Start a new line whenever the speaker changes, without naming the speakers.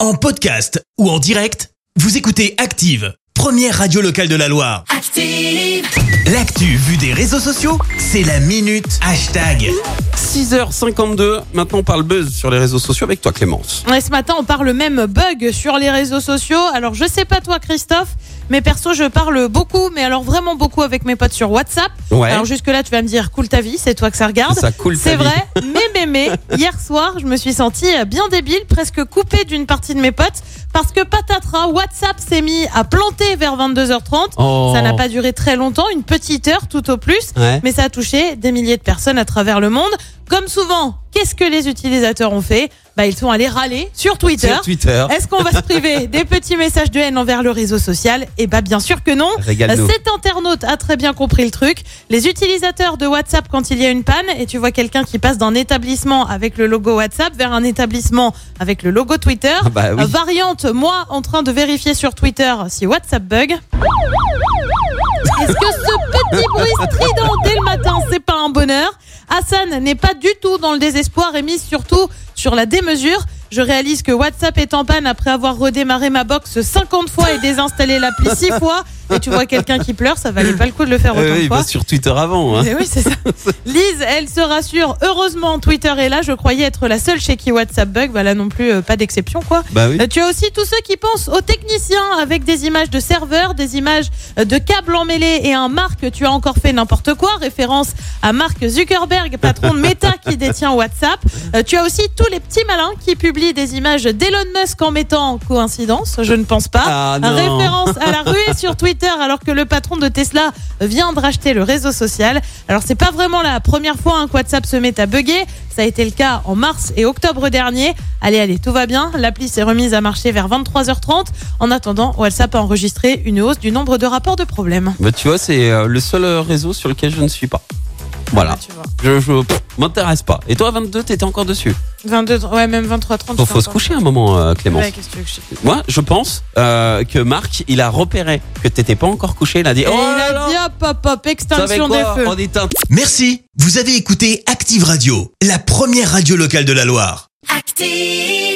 En podcast ou en direct, vous écoutez Active, première radio locale de la Loire.
Active.
L'actu vue des réseaux sociaux, c'est la minute hashtag.
6h52, maintenant on parle buzz sur les réseaux sociaux avec toi Clémence.
Ouais, ce matin, on parle même bug sur les réseaux sociaux. Alors, je sais pas toi, Christophe, mais perso, je parle beaucoup, mais alors vraiment beaucoup avec mes potes sur WhatsApp.
Ouais.
Alors, jusque-là, tu vas me dire, cool ta vie, c'est toi que ça regarde.
Ça coule ta
C'est
vie.
vrai, mais mais mais, hier soir, je me suis sentie bien débile, presque coupée d'une partie de mes potes, parce que patatras, WhatsApp s'est mis à planter vers 22h30.
Oh.
Ça n'a pas duré très longtemps, une petite heure tout au plus,
Ouais.
mais ça a touché des milliers de personnes à travers le monde. Comme souvent, qu'est-ce que les utilisateurs ont fait bah, Ils sont allés râler sur Twitter. Euh,
Sur Twitter.
Est-ce qu'on va se priver des petits messages de haine envers le réseau social Eh bah, bien sûr que non.
Régale-nous.
Cet internaute a très bien compris le truc. Les utilisateurs de WhatsApp, quand il y a une panne et tu vois quelqu'un qui passe d'un établissement avec le logo WhatsApp vers un établissement avec le logo Twitter,
Ah bah oui.
variante, moi en train de vérifier sur Twitter si WhatsApp bug. Est-ce que ce petit bruit strident dès le matin, c'est pas un bonheur Hassan n'est pas du tout dans le désespoir et mise surtout sur la démesure. Je réalise que WhatsApp est en panne après avoir redémarré ma box 50 fois et désinstallé l'appli 6 fois. Et tu vois quelqu'un qui pleure, ça valait pas le coup de le faire autant
Euh,
de
il
fois.
va sur Twitter avant. hein.
Mais oui, c'est ça. Lise, elle se rassure. Heureusement, Twitter est là. Je croyais être la seule chez qui WhatsApp bug. Bah là non plus, euh, pas d'exception, quoi.
Bah oui.
Euh, Tu as aussi tous ceux qui pensent aux techniciens avec des images de serveurs, des images euh, de câbles emmêlés et un Marc, tu as encore fait n'importe quoi, référence à Mark Zuckerberg, patron de Meta qui détient WhatsApp. Euh, Tu as aussi tous les petits malins qui publient des images d'Elon Musk en mettant coïncidence, je ne pense pas.
Ah non.
Référence à la ruée sur Twitter alors que le patron de Tesla vient de racheter le réseau social. Alors c'est pas vraiment la première fois hein, que WhatsApp se met à bugger. Ça a été le cas en mars et octobre dernier. Allez, allez, tout va bien. L'appli s'est remise à marcher vers 23h30. En attendant, WhatsApp a enregistré une hausse du nombre de rapports de problèmes.
Bah tu vois, c'est euh, le seul euh, réseau sur lequel je ne suis pas. Voilà.
Ouais, Ah, tu vois.
Je, je pff, m'intéresse pas. Et toi, à 22, t'étais encore dessus.
22, ouais, même 23h30.
Faut, faut se coucher un moment, euh, Clémence.
Ouais, qu'est-ce que tu veux que je-
Moi, je pense euh, que Marc, il a repéré que t'étais pas encore couché. Il a dit.
Et
oh
il
là
a
là,
dit hop, hop, hop,
vous savez
extinction des
quoi
feux.
On éteint
Merci, vous avez écouté Active Radio, la première radio locale de la Loire.
Active.